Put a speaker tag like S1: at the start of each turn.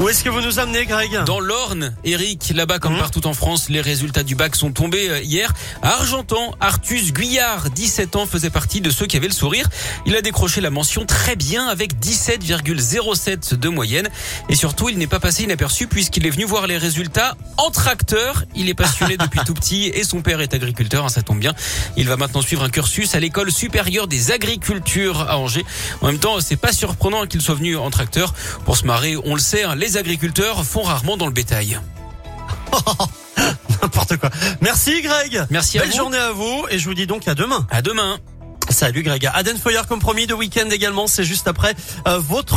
S1: Où est-ce que vous nous amenez, Greg
S2: Dans l'Orne, Eric, là-bas comme
S1: Mhm.
S2: partout en France, les résultats du bac sont tombés euh, hier. À Argentan, Artus Guyard, 17 ans, faisait partie de ceux qui avaient le sourire. Il a décroché la mention très bien avec 17,07 de moyenne. Et surtout, il n'est pas passé inaperçu puisqu'il est venu voir les résultats en tracteur. Il est passionné depuis tout petit et son père est agriculteur, hein, ça tombe bien. Il va maintenant suivre un cursus à l'école supérieure des agricultures à Angers. En même temps, c'est pas surprenant qu'il soit venu en tracteur. Pour se marrer, on le sait, hein, les agriculteurs font rarement dans le bétail.
S1: N'importe quoi. Merci, Greg.
S2: Merci à
S1: Belle
S2: vous.
S1: journée à vous et je vous dis donc à demain.
S2: À demain.
S1: Salut, Greg. Aden Foyer, comme promis, de week-end également. C'est juste après euh, votre